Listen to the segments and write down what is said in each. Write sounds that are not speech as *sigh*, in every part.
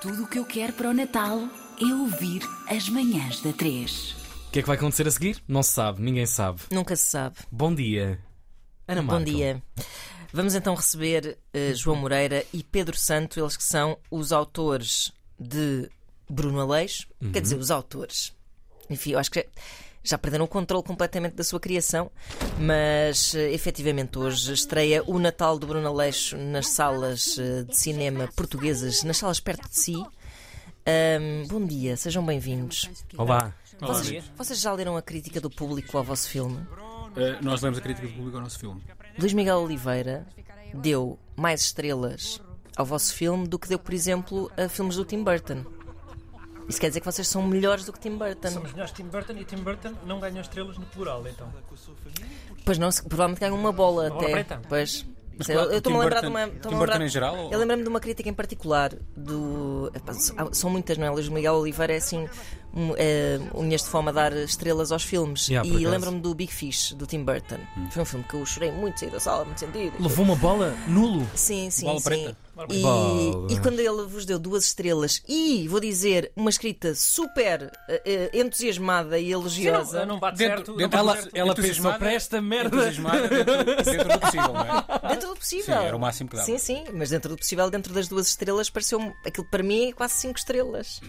Tudo o que eu quero para o Natal é ouvir as manhãs da 3. O que é que vai acontecer a seguir? Não se sabe, ninguém sabe. Nunca se sabe. Bom dia, Ana Bom Marco. dia. Vamos então receber eh, João Moreira e Pedro Santo, eles que são os autores de Bruno Aleixo. Quer Uhum. dizer, os autores. Enfim, eu acho que já, já perderam o controle completamente da sua criação, mas eh, efetivamente hoje estreia o Natal do Bruno Aleixo nas salas eh, de cinema portuguesas, nas salas perto de si. Ahm, bom dia, sejam bem-vindos. Olá. Olá, Vocês, vocês já leram a crítica do público ao vosso filme? amigos. Eh, nós lemos a crítica do público ao nosso filme. Luís Miguel Oliveira deu mais estrelas ao vosso filme do que deu, por exemplo, a filmes do Tim Burton. Isso quer dizer que vocês são melhores do que Tim Burton. Somos nós Tim Burton e Tim Burton não ganham estrelas no plural, então. Pois não, se- provavelmente ganham uma bola até. Uma bola preta. Pois. Mas qual- eu eu estou-me a Tim lembrar de Burton- uma. Tim estou-me a Burton lembrar- em geral, ou- Eu lembro-me de uma crítica em particular do. epá, s- há- São muitas, não é? Luís Miguel Oliveira é assim. Um, é, unhas de fome a dar estrelas aos filmes. Yeah, por e acaso. lembro-me do Big Fish, do Tim Burton. Hum. Foi um filme que eu chorei muito, saí da sala, muito sentido. Levou uma bola nulo. Sim, sim, Bola sim. preta. preta. E, Bola. e quando ele vos deu duas estrelas e, vou dizer, uma escrita super eh, eh, entusiasmada e elogiosa. não, não bate certo. não bate ela- certo. ela- fez uma entusiasmada- para esta merda. *laughs* entusiasmada Dentro, dentro do possível, não é? Dentro do possível. Sim, era o máximo que dava. Sim, sim, mas dentro do possível, dentro das duas estrelas, pareceu-me. Aquilo para mim é quase cinco estrelas.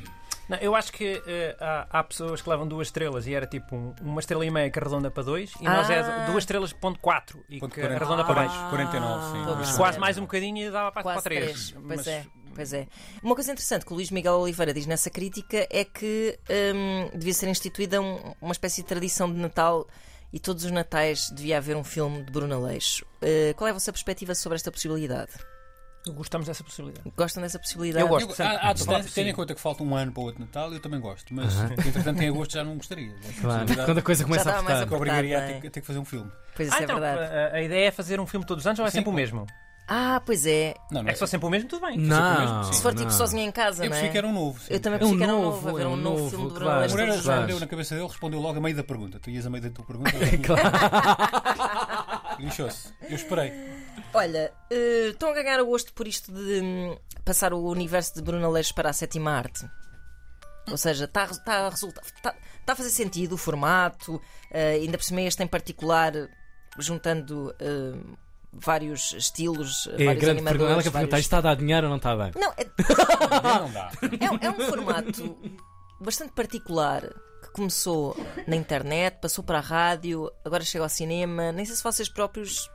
Não, eu acho que eh, há, há pessoas que levam duas estrelas e era tipo um- uma estrela e meia que arredonda para dois e nós Ah. é duas estrelas ponto quatro e Ponto que 40. arredonda para baixo. 49, sim. Pois. Ah. Quase mais um bocadinho e dava para, Quase para três. três. Pois Mas- é. Pois é. Uma coisa interessante que o Luís Miguel Oliveira diz nessa crítica é que hum, devia ser instituída um- uma espécie de tradição de Natal e todos os Natais devia haver um filme de Bruno Aleixo. Uh, qual é a vossa perspectiva sobre esta possibilidade? Gostamos dessa possibilidade. Gostam dessa possibilidade? Eu gosto. Uhum. Eu- há- há- Tenha tenha em conta que falta um ano para o outro Natal eu também gosto, mas entretanto em agosto já não gostaria. dessa Claro. possibilidade, Quando a coisa começa Já a dá mais apertar. que obrigaria a Verdade, ter, que- ter que fazer um filme. Pois isso Ah, então, é verdade. a, a ideia é fazer um filme todos os anos ou é Sim, sempre o claro. mesmo? Ah, pois é. Não, não É que só sempre o mesmo, tudo bem. Não. Sim. Se for tipo não. sozinha em casa, Eu não percebi é? que era um novo. sim. Eu também É um percebi que era um novo, novo, haver é um um novo, novo, filme de Bruno claro. O Aleixo. Moreira já Claro. me deu na cabeça dele, respondeu logo a meio da pergunta. Tu ias a meio da tua pergunta *laughs* e lixou-se. Eu esperei. Olha, eh, estão a ganhar o gosto por isto de hum, passar o universo de Bruno Aleixo para a sétima arte? Ou seja, está a, resu- está a resulta- está- está a fazer sentido o formato, eh, ainda por cima este em particular, juntando eh, vários estilos, É a vários grande animadores. pergunta. Ela que pergunta: vários- isto está a dar dinheiro ou não está a dar? Não, é, *laughs* Não dá. É, um- é um formato bastante particular que começou na internet, passou para a rádio, agora chega ao cinema. Nem sei se vocês próprios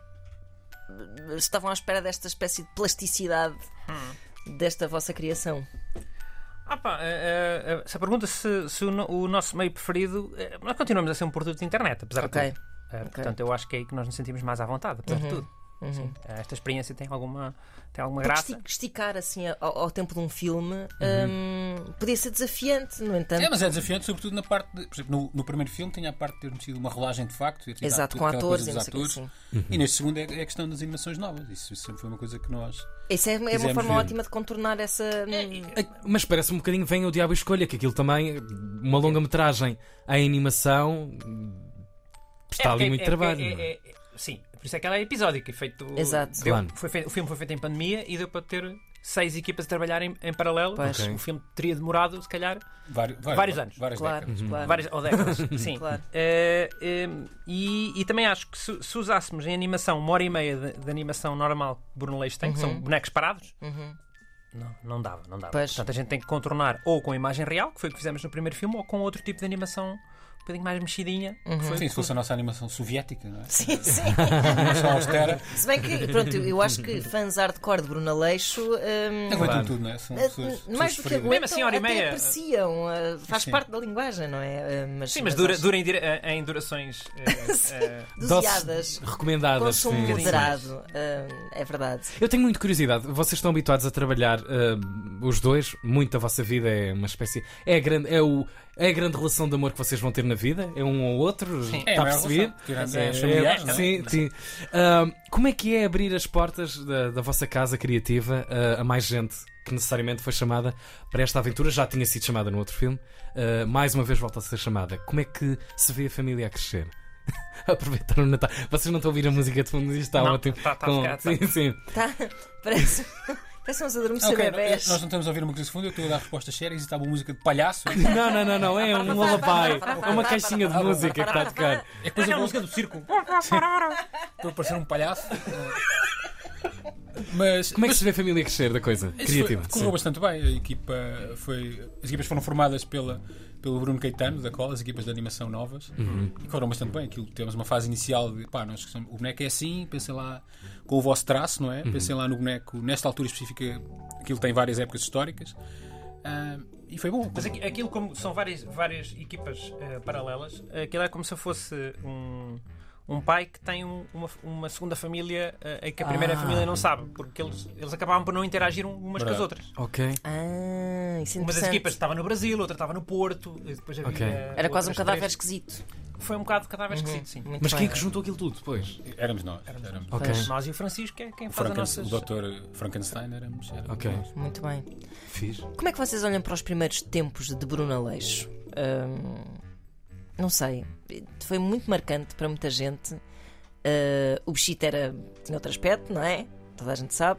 eh, estavam à espera desta espécie de plasticidade desta vossa criação. Ah pá, eh, eh, eh, se a pergunta se, se o, no- o nosso meio preferido. eh, nós continuamos a ser um produto de internet, apesar de Ok. tudo. Eh, Portanto, eu acho que é aí que nós nos sentimos mais à vontade, apesar de Uhum. tudo. Sim. Eh, Esta experiência tem alguma, tem alguma Porque graça. esti- esticar assim ao, ao tempo de um filme hum, podia ser desafiante, no entanto. É, mas é desafiante, sobretudo na parte de. Por exemplo, no, no primeiro filme tinha a parte de termos sido uma rolagem de facto, e ter tido Exato, a- com aquela atores coisa e não dos sei o quê, atores. E neste segundo é, é a questão das animações novas. Isso, isso sempre foi uma coisa que nós. Isso é, é uma Quisemos forma ver. ótima de contornar essa. hum, Mas parece um bocadinho Venha o Diabo e Escolha, que aquilo também, uma longa-metragem em animação, está É, ali muito trabalho. não é? sim, por isso é que ela é episódica. Feito, Exato. deu- Claro. foi feito- o filme foi feito em pandemia e deu para ter seis equipas a trabalhar em, em paralelo. Pois. Ok. O filme teria demorado, se calhar, Vários, vários, Vários anos. Várias Claro, décadas. claro. várias ou décadas. sim. Claro. Eh, em, e, e também acho que se, se usássemos em animação uma hora e meia de, de animação normal que Bruno Leix tem, que são bonecos parados, não, não dava, não dava. Pois. Portanto, a gente tem que contornar ou com a imagem real, que foi o que fizemos no primeiro filme, ou com outro tipo de animação um bocadinho mais mexidinha. que foi- Sim, se fosse a nossa animação soviética, não é? Uhum. Sim, sim. Animação austera. *laughs* Se bem que, pronto, eu acho que fãs hardcore de Bruno Aleixo. hum, Aguentam tudo, não é? São Eh, pessoas. pessoas Mais do que sofridas. aguentam, Mesmo assim, hora e até meia. apreciam, eh, faz Sim. parte da linguagem, não é? Eh, Sim, mas dura, acho- dura em, dire- eh, em durações. eh, eh, doseadas, é, recomendadas. consumo sim. moderado, eh, é verdade. Eu tenho muito curiosidade. Vocês estão habituados a trabalhar ah, os dois? Muito da vossa vida é uma espécie. É a grande, é o, é a grande relação de amor que vocês vão ter na vida? É um ou outro? É, Está a perceber? Tirando É, as é, familiares, não é? Sim, sim. Ah, como é que é abrir as portas da, da vossa casa criativa ah, a mais gente que necessariamente foi chamada para esta aventura? Já tinha sido chamada no outro filme, ah, mais uma vez volta a ser chamada. Como é que se vê a família a crescer? *laughs* Aproveitar o Natal. Vocês não estão a ouvir a música de fundo, isto está Não, ótimo. tá- tá a Com- ficar, tá. sim, sim. Tá? Parece. *laughs* parece Parecem uns adormecer Ah, Ok, bebés. nós não estamos a ouvir uma coisa funda, eu estou a dar respostas sérias e estava uma música de palhaço. Não, não, não, não, é um lullaby. É uma caixinha de música que está a tocar. É depois a música do circo. Para parecer *laughs* um palhaço. Mas Como é que se vê a família crescer da coisa? Isso Criativa. foi- sim. Correu bastante bem. A equipa foi, as equipas foram formadas pela, pelo Bruno Caetano, da Cola, as equipas de animação novas, Uhum. e correram bastante bem. Aquilo, tivemos uma fase inicial de pá, nós, somos- o boneco é assim, pensem lá com o vosso traço, não é? Uhum. Pensem lá no boneco, nesta altura específica, aquilo tem várias épocas históricas. Ah, e foi bom. Mas aqui- aquilo, como são várias, várias equipas eh, paralelas, aquilo é como se eu fosse um, um pai que tem um- uma, uma segunda família eh, em que a primeira Ah. família não sabe, porque eles, eles acabavam por não interagir um- umas com as Verdade. outras. Ok. Ah, isso é Uma das interessante. equipas estava no Brasil, outra estava no Porto, e depois havia. Ok. outras Era quase um cadáver Uhum. três. esquisito. Foi um bocado cadáver esquisito, sim. Muito Mas bem. quem é que juntou aquilo tudo depois? Éramos nós. Éramos Ok. Pois. Nós e o Francisco é quem O, faz a Franken- nossa. o Dr. Frankenstein éramos. éramos Ok. nós. Muito bem. Fiz. Como é que vocês olham para os primeiros tempos de Bruno Aleixo? Hum, não sei. Foi muito marcante para muita gente. Ah, o Bichito era, tinha outro aspecto, não é? Toda a gente sabe.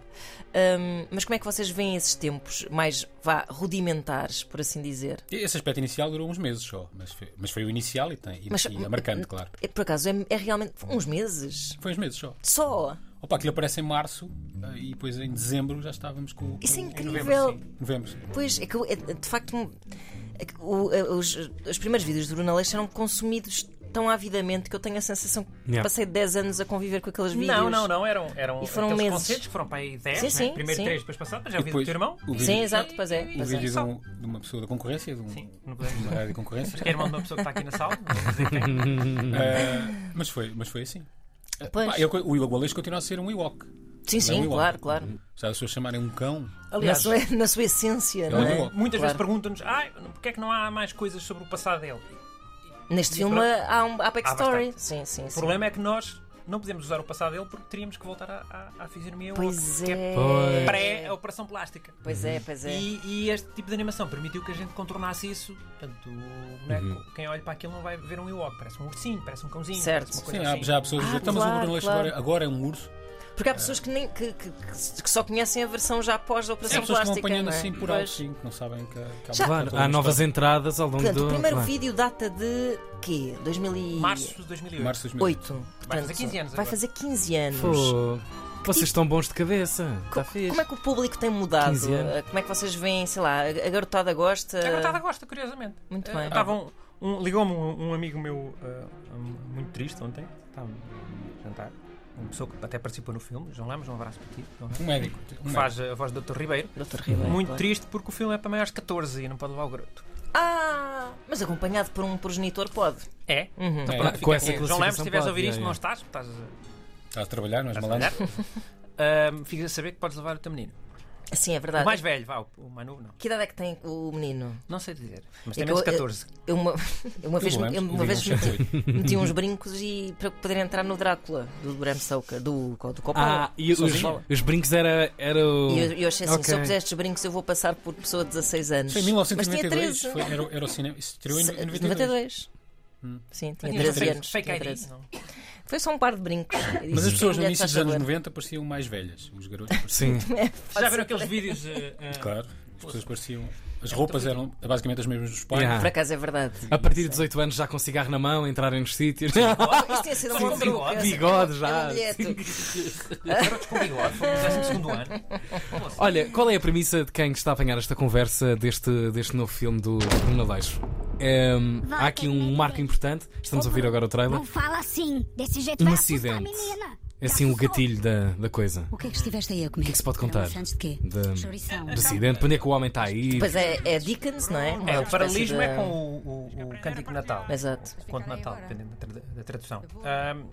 Hum, mas como é que vocês veem esses tempos mais vá, rudimentares, por assim dizer? E Esse aspecto inicial durou uns meses só, mas foi, mas foi o inicial e, tem, e, Mas- e é marcante, claro. É, por acaso, é, é realmente uns meses? Foi uns meses só. Só? Opa, aquilo aparece em março eh, e depois em dezembro já estávamos com. Isso é com- incrível. Novembro, sim. Pois, é que eu- é- de facto um, é que o- é- os, os primeiros vídeos do Bruno Aleixo eram consumidos tão avidamente que eu tenho a sensação que Yeah. passei 10 anos a conviver com aqueles vídeos. Não, não, não, eram, eram E foram aqueles meses. concertos que foram para aí 10, Sim, né? sim, primeiro sim. 3, depois passado, depois já vi do Depois, teu irmão. o vídeo- Sim, exato, pois é. O Pois vídeo é. de, um- de uma pessoa da concorrência, de, um, Sim, não podemos de uma rádio de concorrência. *laughs* que é irmão de uma pessoa que está aqui na sala. não vou dizer quem. Eh, mas, foi, mas foi assim. Eh, Pois. pá, eu- o Ewok Wallace continua a ser um Ewok. Sim, Não é sim, um claro, Ewok. claro. Se as pessoas chamarem um cão, Na Aliás, sua, na sua essência, é não um é? Ewok. Muitas Claro. vezes perguntam-nos "Ai, porque é que não há mais coisas sobre o passado dele. Neste E filme pronto. há, um, há backstory. bastante. sim, sim, O sim. problema é que nós não podemos usar o passado dele porque teríamos que voltar à, à, à fisionomia Pois que é. Pois. pré-operação plástica. Pois é, pois é. E, e este tipo de animação permitiu que a gente contornasse isso. Portanto, o boneco, Uhum. quem olha para aquilo não vai ver um Ewok, parece um ursinho, parece um cãozinho, Certo. parece uma sim, coisa há, assim. já há pessoas a dizer: Ah, estamos claro, o Bruno Leixo claro. agora, agora é um urso. Porque há pessoas que, nem, que, que- que- que só conhecem a versão já após a Sim, há operação pessoas que vão plástica. apanhando não é? assim por Pois. alto, sim, que não sabem que, que há, um Já- uma- Claro, toda uma há novas história. entradas ao longo Tá. Portanto, do. o primeiro claro. vídeo data de quê? 2008. Março de 2008. Março de 2000. 8. Portanto, Vai fazer 15 anos Vai agora. fazer 15 anos. Pô, vocês estão bons de cabeça. Co- Está tá fixe. Como é que o público tem mudado? 15 anos. Como é que vocês veem, sei lá, a garotada gosta? É A garotada gosta, curiosamente. Ah, Muito Eh, bem. tava um- um- Ligou-me um, um amigo meu eh, um- muito triste ontem. Estava a jantar. Uma pessoa que até participou no filme, João Lemos, um abraço para ti. João Lemos, Um médico. Um que é? médico. faz a voz do Dr. Ribeiro. Doutor Ribeiro. muito claro. triste porque o filme é para maiores de 14 e não pode levar o garoto. Ah, mas acompanhado por um progenitor pode. É? Uhum. É, Pronto, Ah, com essa É, João classificação Lemos, se estiveres a pode, ouvir isto, yeah, yeah. não estás, estás a Estás a trabalhar, não é? és estás a malandro? trabalhar. Ahm, Ficas a saber que podes levar o teu menino. Sim, é O verdade. mais velho, vá, o, o mais novo não. Que idade é que tem o menino? Não sei dizer. Mas É tem que eu- menos de 14. Eu uma, *laughs* eu uma vez, Lemos, eu uma diga-me vez um meti, meti uns brincos e para poder entrar no Drácula do Bram Stoker, do, do Coppola. Ah, e os, Sozinho? os brincos era, era o. E eu, eu achei assim: se eu Ok. quiser estes brincos, eu vou passar por pessoa de 16 anos. Foi em mas tinha 1992. 13. Foi, era, o- era o cinema. Isso estreou em Se- 92. Sim, tinha Tinhas 13 fake- anos. Fake tinha ID. 13. não? Foi só um par de brincos. Eu disse, Mas as pessoas no "Mulher, início se dos faz anos favor." 90 pareciam mais velhas. *laughs* Os garotos *laughs* Sim. Já viram aqueles vídeos. eh, eh, Claro, as pessoas pareciam. As roupas eram basicamente as mesmas dos pais. Então, Yeah. Por acaso é *laughs* verdade. A partir de 18 anos, já com cigarro na mão, entrarem nos sítios. Oh, isto tinha sido uma Sim, sim. *laughs* troca. Bigode É um já. bilhete. Garotos com bigode, foi no 12 ano. Olha, qual é a premissa de quem está a apanhar esta conversa deste, deste novo filme do Bruno Aleixo? Ehm, há aqui um marco importante. Estamos a ouvir agora o trailer. Não fala assim, desse jeito Um vai assustar acidente. a menina. É assim o Já assustou? gatilho da, da coisa. O que é que estiveste aí a comer? O que é que se pode contar? Antes de quê? De- Chourição. Do acidente, para onde é que o homem está aí? Pois é, é Dickens, não é? Uma É, o espécie paralelismo de- é com o, o- o cântico de Natal. Exato. O conto de Natal, dependendo da, tra- da tradução. Ahm,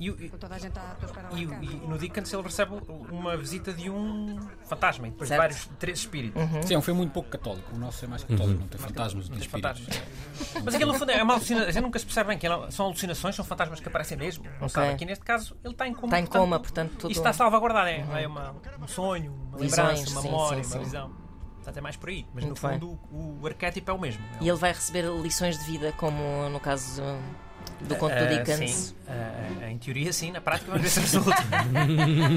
e, o- e- Toda a gente a tocar e o- e no Dickens ele recebe uma visita de um fantasma, e depois Certo. Uhum. vários, três espíritos. Sim, é um filme muito pouco católico. O nosso é mais católico, Uhum. não tem fantasmas, não tem Três espíritos. fantasmas. Mas aquilo no fundo é uma alucinação. A gente nunca se percebe bem que ela- são alucinações, são fantasmas que aparecem mesmo. Não sabe. Aqui neste caso ele está em coma. Está em coma, portanto, tudo- Uhum. Isto está salvaguardado. É, é uma, um sonho, uma Visões, lembrança, uma sim, memória, sim, uma sim. visão. Portanto, é mais por aí. Mas Muito no bem. fundo o, o arquétipo é o mesmo. É E ele vai receber lições de vida, como no caso do conto do Ah, Dickens. sim, Ah, em teoria sim, na prática vamos ver se *laughs* resulta.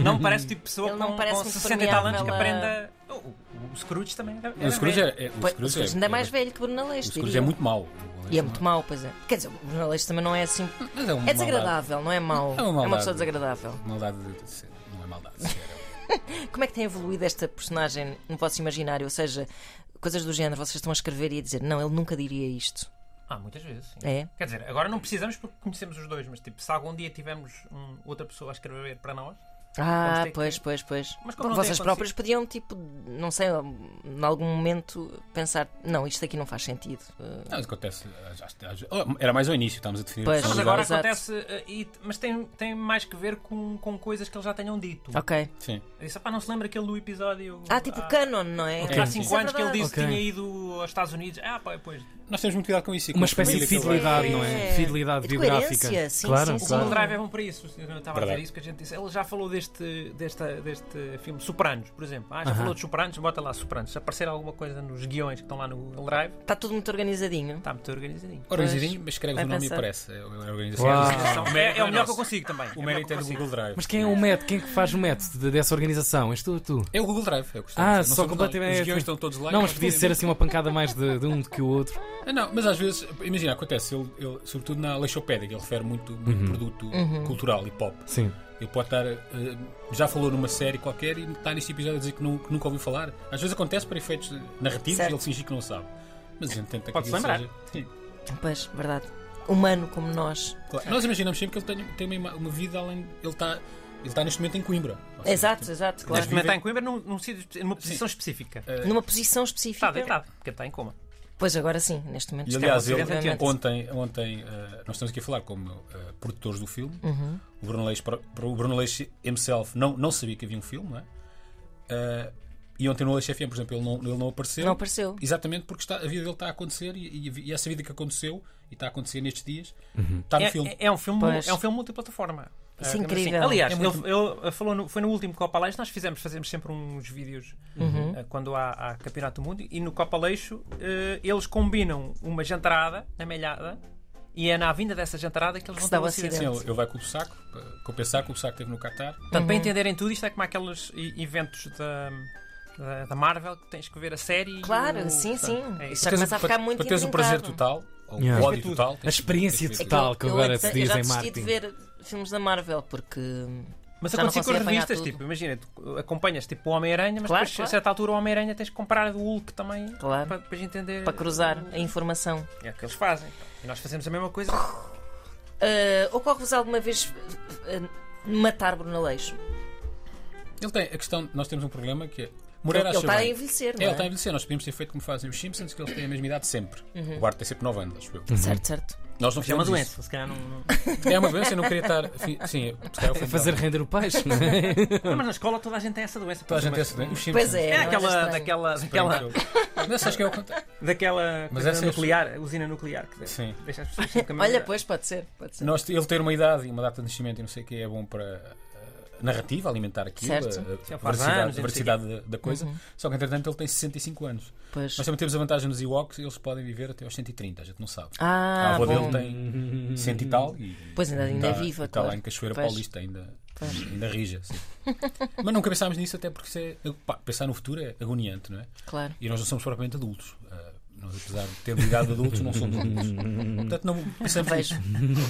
não me parece o tipo de pessoa Ele com, não parece com muito 60 e tal anos que permeável a- aprenda. O, o- o Scrooge também era. O era Scrooge, velho. é, é, o Pois, O Scrooge Scrooge é- ainda é mais é- velho que Bruno O Leste. Scrooge diria. é muito mau. E é muito mau, pois é. Quer dizer, o Bruno Leste também não é assim. Mas é, uma É maldade. desagradável, não é mau. É uma é uma maldade. pessoa desagradável. Maldade de- de ser. Não é maldade de ser. é- Como é que tem evoluído esta personagem no vosso imaginário? Ou seja, coisas do género, vocês estão a escrever e a dizer, não, ele nunca diria isto. Ah, muitas vezes, sim. É? Quer dizer, agora não precisamos porque conhecemos os dois, mas tipo, se algum dia tivermos um- outra pessoa a escrever para nós, Ah, ter que- pois, pois, pois. Mas como não tem Vocês acontecido- próprios podiam, tipo, não sei, em algum momento pensar, não, isto aqui não faz sentido. Uh, Ah. Não, isso acontece. às- às- às- Oh, Era mais ao início, estávamos a definir. Pois. as mas Exato. agora personalidades. Exato. acontece. ah, e- mas tem, tem mais que ver com, com coisas que eles já tenham dito. Ok. Sim. Eu Disse, "Pá, não se lembra aquele do episódio. Ah, tipo há- canon, não é? Há 5 Isso é anos que ele verdade. disse que Ok. tinha ido aos Estados Unidos. Ah, pá, pois. Nós temos muito cuidado com isso. e com Uma a espécie de família que ele vai- fidelidade, vai- não É. é? Fidelidade E de coerência, biográfica. sim, claro, sim, O sim. claro. Google Drive é bom para isso. Eu estava a Verdade. dizer isso que a gente disse. Ele já falou deste, desta, deste filme Sopranos, por exemplo. Ah, já Aham. falou de Sopranos, bota lá Sopranos. Se aparecer alguma coisa nos guiões que estão lá no Google Drive, Está Tá tudo muito organizadinho. está muito organizadinho. Organizadinho, mas escreves Vai o nome pensar. e aparece. É a organização. Uau. São- é, é o melhor que eu consigo também. É O mérito é melhor do que eu Google consigo. Drive. Mas quem é o método? Quem é que faz o método de- dessa organização? És tu ou tu? É o Google Drive, é o que Ah, está só completamente- Os guiões estão todos lá. Não, e mas nós podia podemos- ser assim uma pancada mais de, de um do que o outro. Ah, Não, mas às vezes, imagina, acontece, ele, ele, sobretudo na Leixopédia, que ele refere muito, muito produto cultural e pop. Uhum. Sim. Ele pode estar. eh, já falou numa série qualquer e está neste episódio a dizer que, nu- que nunca ouviu falar. Às vezes acontece para efeitos narrativos Certo. e ele fingir que não sabe. Mas a gente tenta que Pode-se aquilo lembrar. seja- Sim, Pois, verdade. Humano como nós. claro. Nós imaginamos sempre que ele tem, tem uma, ima- uma vida além. Ele está, ele está neste momento em Coimbra. Ou seja, Exato, exato, claro. Neste momento está em Coimbra num, num sítio espe- numa posição específica. Numa posição específica. Está deitado, porque está em coma. Pois agora sim, neste momento E está aliás, ele, obviamente. ontem, ontem eh, nós estamos aqui a falar como eh, produtores do filme. Uhum. O Bruno Leix, pro- pro- o Bruno Leix himself não, não sabia que havia um filme, não é? Eh, e ontem no Leix FM, por exemplo, ele não, ele não apareceu. Não apareceu. Exatamente porque está- a vida dele está a acontecer e, e- e essa vida que aconteceu e está a acontecer nestes dias Uhum. está no É, filme. é- é um filme, Pois. é um filme multiplataforma. Isso Ah, é digamos assim. incrível. Aliás, É ele, muito- ele falou no- foi no último Copa Leixo, nós fizemos, fazemos sempre uns vídeos Uhum. ah, quando há, há Campeonato do Mundo, e no Copa Leixo eh, eles combinam uma jantarada na melhada, e é na vinda dessa jantarada que eles Que se vão ter dá o o acidente. Sim, acidente. ele, ele vai com o saco eh, compensar que o saco teve no Qatar. Portanto, Uhum. para entenderem tudo, isto é como aqueles e- eventos da, da, da Marvel que tens que ver a série. e Claro, o- sim, sim. portanto, é Isso isso. já Para teres- começa a ficar para- muito Para teres o prazer intrincado. total, ou Yeah. o ódio total. tens A que- experiência tens que- total. Tal, que agora É eu, se eu diz já em desisti de marketing. ver filmes da Marvel, porque. hum, Mas já não acontecia com as consigo apanhar revistas, tudo. tipo, imagina, tu acompanhas tipo o Homem-Aranha, mas Claro, depois claro. a certa altura o Homem-Aranha tens que comprar do Hulk também Claro. para depois entender. Para cruzar a informação. É o que eles fazem. E nós fazemos a mesma coisa. Ah, Ocorre-vos alguma vez ah, matar Bruno Aleixo? Ele tem a questão, nós temos um problema que é. Moreira ele acha está a bem. envelhecer, não é? É, ele está a envelhecer. Nós podíamos ter feito como fazem os Simpsons, que eles têm a mesma idade sempre. Uhum. O Bart tem sempre 9 anos, acho eu. Certo, certo. Nós é não fizemos isso. se calhar não. não- É uma doença, eu não queria estar. fi- Sim, se calhar eu fui Fazer melhor. render o peixe, não é? *laughs* *coughs* Não, mas na escola toda a gente tem essa doença. Toda a gente tem mas- essa doença. Os Simpsons. Pois é, É não aquela, estranho. daquela, daquela, Mas sabes que é o contrário? daquela Mas coisa essa é a- nuclear, usina nuclear que Sim. deixa as *laughs* pessoas sem caminho. Olha, pois, pode ser. Pode ser. Nós, ele ter uma idade e uma data de nascimento e não sei o que é bom para a narrativa, alimentar aquilo, Certo. é um a, a faz anos veracidade, e a não sei veracidade da, da coisa. Uhum. Só que entretanto ele tem 65 anos. Pois. Nós também temos a vantagem nos Ewoks, eles podem viver até aos 130, a gente não sabe. a Ah, avó bom. dele tem 100 e tal e Pois ainda, ainda está, é viva. está Tá- lá claro. em Cachoeira Pois. Paulista, ainda, ainda rija. sim. *laughs* Mas nunca pensámos nisso, até porque isso é, pá, pensar no futuro é agoniante, não é? Claro. E nós não somos propriamente adultos. Ah, nós, apesar de termos idade de adultos, não somos *laughs* adultos. Portanto, não pensamos nisso. Vejo.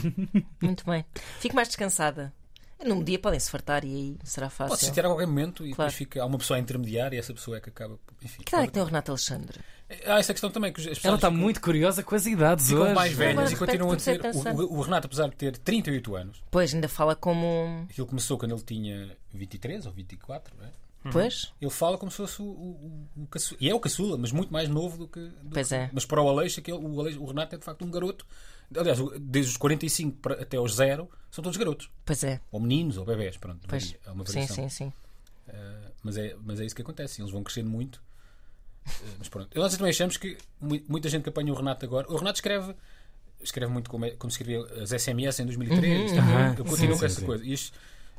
Muito bem. Fico mais descansada. Num dia podem-se fartar e aí será fácil. Pode-se ter a qualquer momento e é. Claro. depois fica, há uma pessoa intermediária e essa pessoa é que acaba. por- Enfim, Que idade é que tem o Renato Alexandre? Há essa questão também que as pessoas Ela está ficam- muito curiosa com as idades ficam hoje. mais Agora velhas e continuam a repete dizer. tudo é sem O, o Renato, apesar de ter 38 anos, Pois, ainda fala como. um- aquilo começou quando ele tinha 23 ou 24, não é? Pois? Ele fala como se fosse o, o, o caçula. E é o caçula, mas muito mais novo do que. do Pois que- é. Mas para o Aleixo, aquele, o, Aleixo- o Renato é de facto um garoto. Aliás, o- desde os 45 para- até aos 0 são todos garotos. Pois é. Ou meninos, ou bebés, pronto. Pois. varia, É uma Sim, variação. sim, sim. Uh, mas, é, mas é isso que acontece. Eles vão crescendo muito. Uh, mas pronto. Nós também achamos que mu- muita gente que apanha o Renato agora. O Renato escreve. Escreve muito como, é- como escrevia as SMS em Uhum, 2003. Isto é muito- Aham. Eu continuo Sim, com sim, essa sim. coisa. E isto-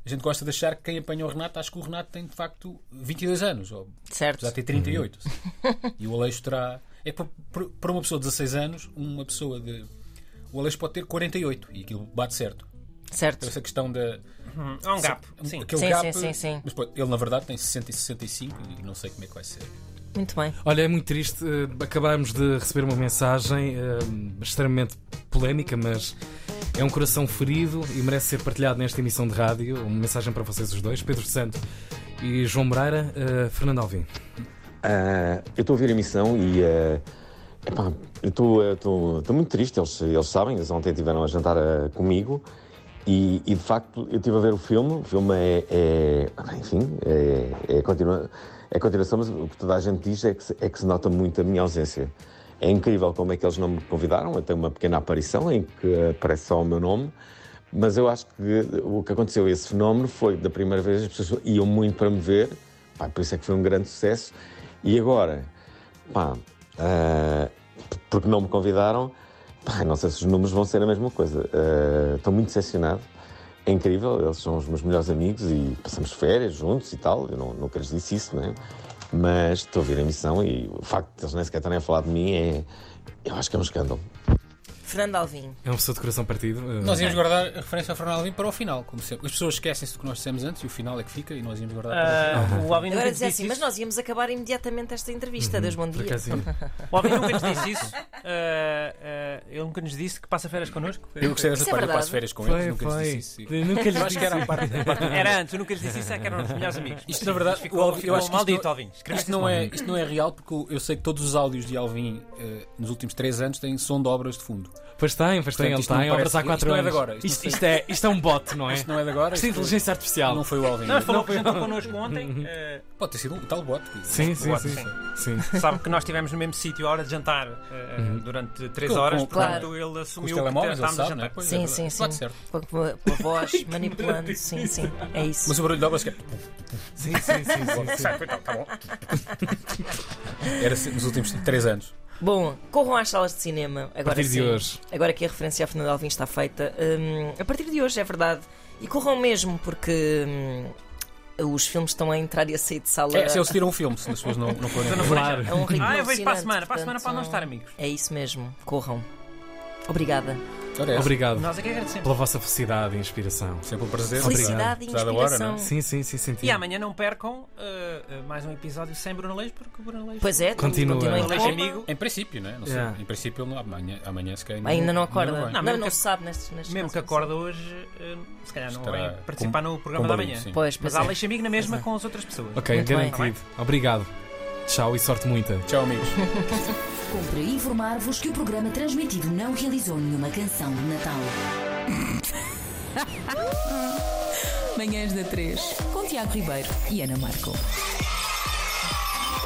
a gente gosta de achar que quem apanha o Renato, acho que o Renato tem de facto 22 anos, ou Certo. apesar de ter Uhum. 38. assim. E o Aleixo terá. É que para- para para uma pessoa de 16 anos, uma pessoa de. o Aleixo pode ter 48 e aquilo bate certo. Então, Certo? essa questão da. Hum, Há um gap. Sim. Aquele Sim, gap, sim, sim, sim. Mas pô, ele na verdade tem 60 e 65 e não sei como é que vai ser. Muito bem. Olha, é muito triste. eh, Acabámos de receber uma mensagem eh, extremamente polémica, mas é um coração ferido e merece ser partilhado nesta emissão de rádio. Uma mensagem para vocês os dois, Pedro Santo e João Moreira, eh, Fernando Alvim. Ah, eu estou a ouvir a emissão e. ah, epá, eu estou- eu estou estou muito triste, eles, eles sabem, eles ontem estiveram a jantar ah, comigo e, e, de facto eu estive a ver o filme. O filme é. é- ah, enfim, é, é, continua, é continuação, mas o que toda a gente diz é que, se- é que se nota muito a minha ausência. É incrível como é que eles não me convidaram. Eu tenho uma pequena aparição em que aparece só o meu nome. Mas eu acho que o que aconteceu, esse fenómeno, foi da primeira vez as pessoas iam muito para me ver, pá, por isso é que foi um grande sucesso. E agora, pá, ah, porque não me convidaram, pá, não sei se os números vão ser a mesma coisa. Ah, Estou muito decepcionado, é incrível, eles são os meus melhores amigos e passamos férias juntos e tal. Eu não, nunca lhes disse isso, não é? Mas estou a ouvir a missão e o facto de eles nem sequer estarem a falar de mim é. Eu acho que é um escândalo. Fernando Alvim. É uma pessoa de coração partido. eh, Nós íamos guardar a referência ao Fernando Alvim para o final, como sempre. As pessoas esquecem-se do que nós dissemos antes e o final é que fica e nós íamos guardar para o final. Ah, o Alvin nunca Agora nos dizer assim, disse mas isso. nós íamos acabar imediatamente esta entrevista. Uhum. Deus bom por dia. acaso, sim. O Alvin nunca nos disse isso. Ah, ah, ele nunca nos disse que passa férias connosco. Eu gostei dessa Isso é parte, eu verdade. passo férias com eles, foi, nunca lhes foi. disse isso. Nunca lhes Eu acho que era um a parte, a parte Era antes, eu nunca lhes disse isso, é que eram os melhores amigos. Isto, na verdade, ficou, o Alvin- eu ficou acho que isto maldito, não- Alvin. Escreveste Isto não, é, isto não é real porque eu- eu sei que todos os áudios de Alvin eh, nos últimos três anos têm som de obras de fundo. Pois tem, pois tem, Portanto, ele isto não tem, obras parece- há 4 isto não é anos. de agora, isto não isto, foi- isto é, isto é um bot, não é? Isto não é de agora. Isto é inteligência é artificial. Não foi Uhum. o Alvin. Nós falou que jantou connosco ontem. eh, Pode ter sido um tal bote. que- Sim, sim, Bot, sim. sim. sim. sabe que nós estivemos no mesmo sítio à hora de jantar eh, durante 3 Uhum. Com- horas, com- portanto claro. ele Com os assumiu que telemóveis, ele estávamos a sabe, não é? jantar. Pois é, Sim, verdade. sim, sim. Pode ser. Com a- com a voz manipulando. Sim, sim. É isso. Mas o barulho de obras que é. Sim, sim, sim, sim, sim. Tá Era assim nos últimos três anos. Bom, corram às salas de cinema agora A partir de sim. hoje. Agora que a referência à Fernando Alvim está feita, hum, a partir de hoje é verdade. E corram mesmo, porque hum, os filmes estão a entrar e a sair de sala É, se eles tiram o filme, se as pessoas não, não Então forem. Claro. É a um ritmo Ah, eu vejo para a alucinante, semana, para a semana portanto, para não estar amigos. É isso mesmo, corram. Obrigada. Ora, é. Obrigado Nós é que agradecemos. pela vossa felicidade e inspiração. Sempre um prazer. Felicidade Apesar da e hora, inspiração. não é? Sim, sim, sim, senti. E amanhã não percam eh, eh, mais um episódio sem Bruno Leix, porque o Bruno Leix Pois é, Continua. continua em Bruno Leix coma. é amigo. Em princípio, né? Não sei. Yeah. Em princípio, ele não- amanhã, amanhã se calhar Ainda não acorda. ainda Não, vai. não, mesmo que- se sabe nestes, nestes Mesmo que casos. acorda hoje, eh, se calhar não Estará vai participar com- no programa da combalido, manhã. sim. Pois, pois Mas é. há Leix amigo na mesma com as outras pessoas. Ok, Muito bem. garantido. Obrigado. Tchau e sorte muita. Tchau, amigos. Cumpre informar-vos que o programa transmitido não realizou nenhuma canção de Natal. Manhãs da 3, com Tiago Ribeiro e Ana Marco.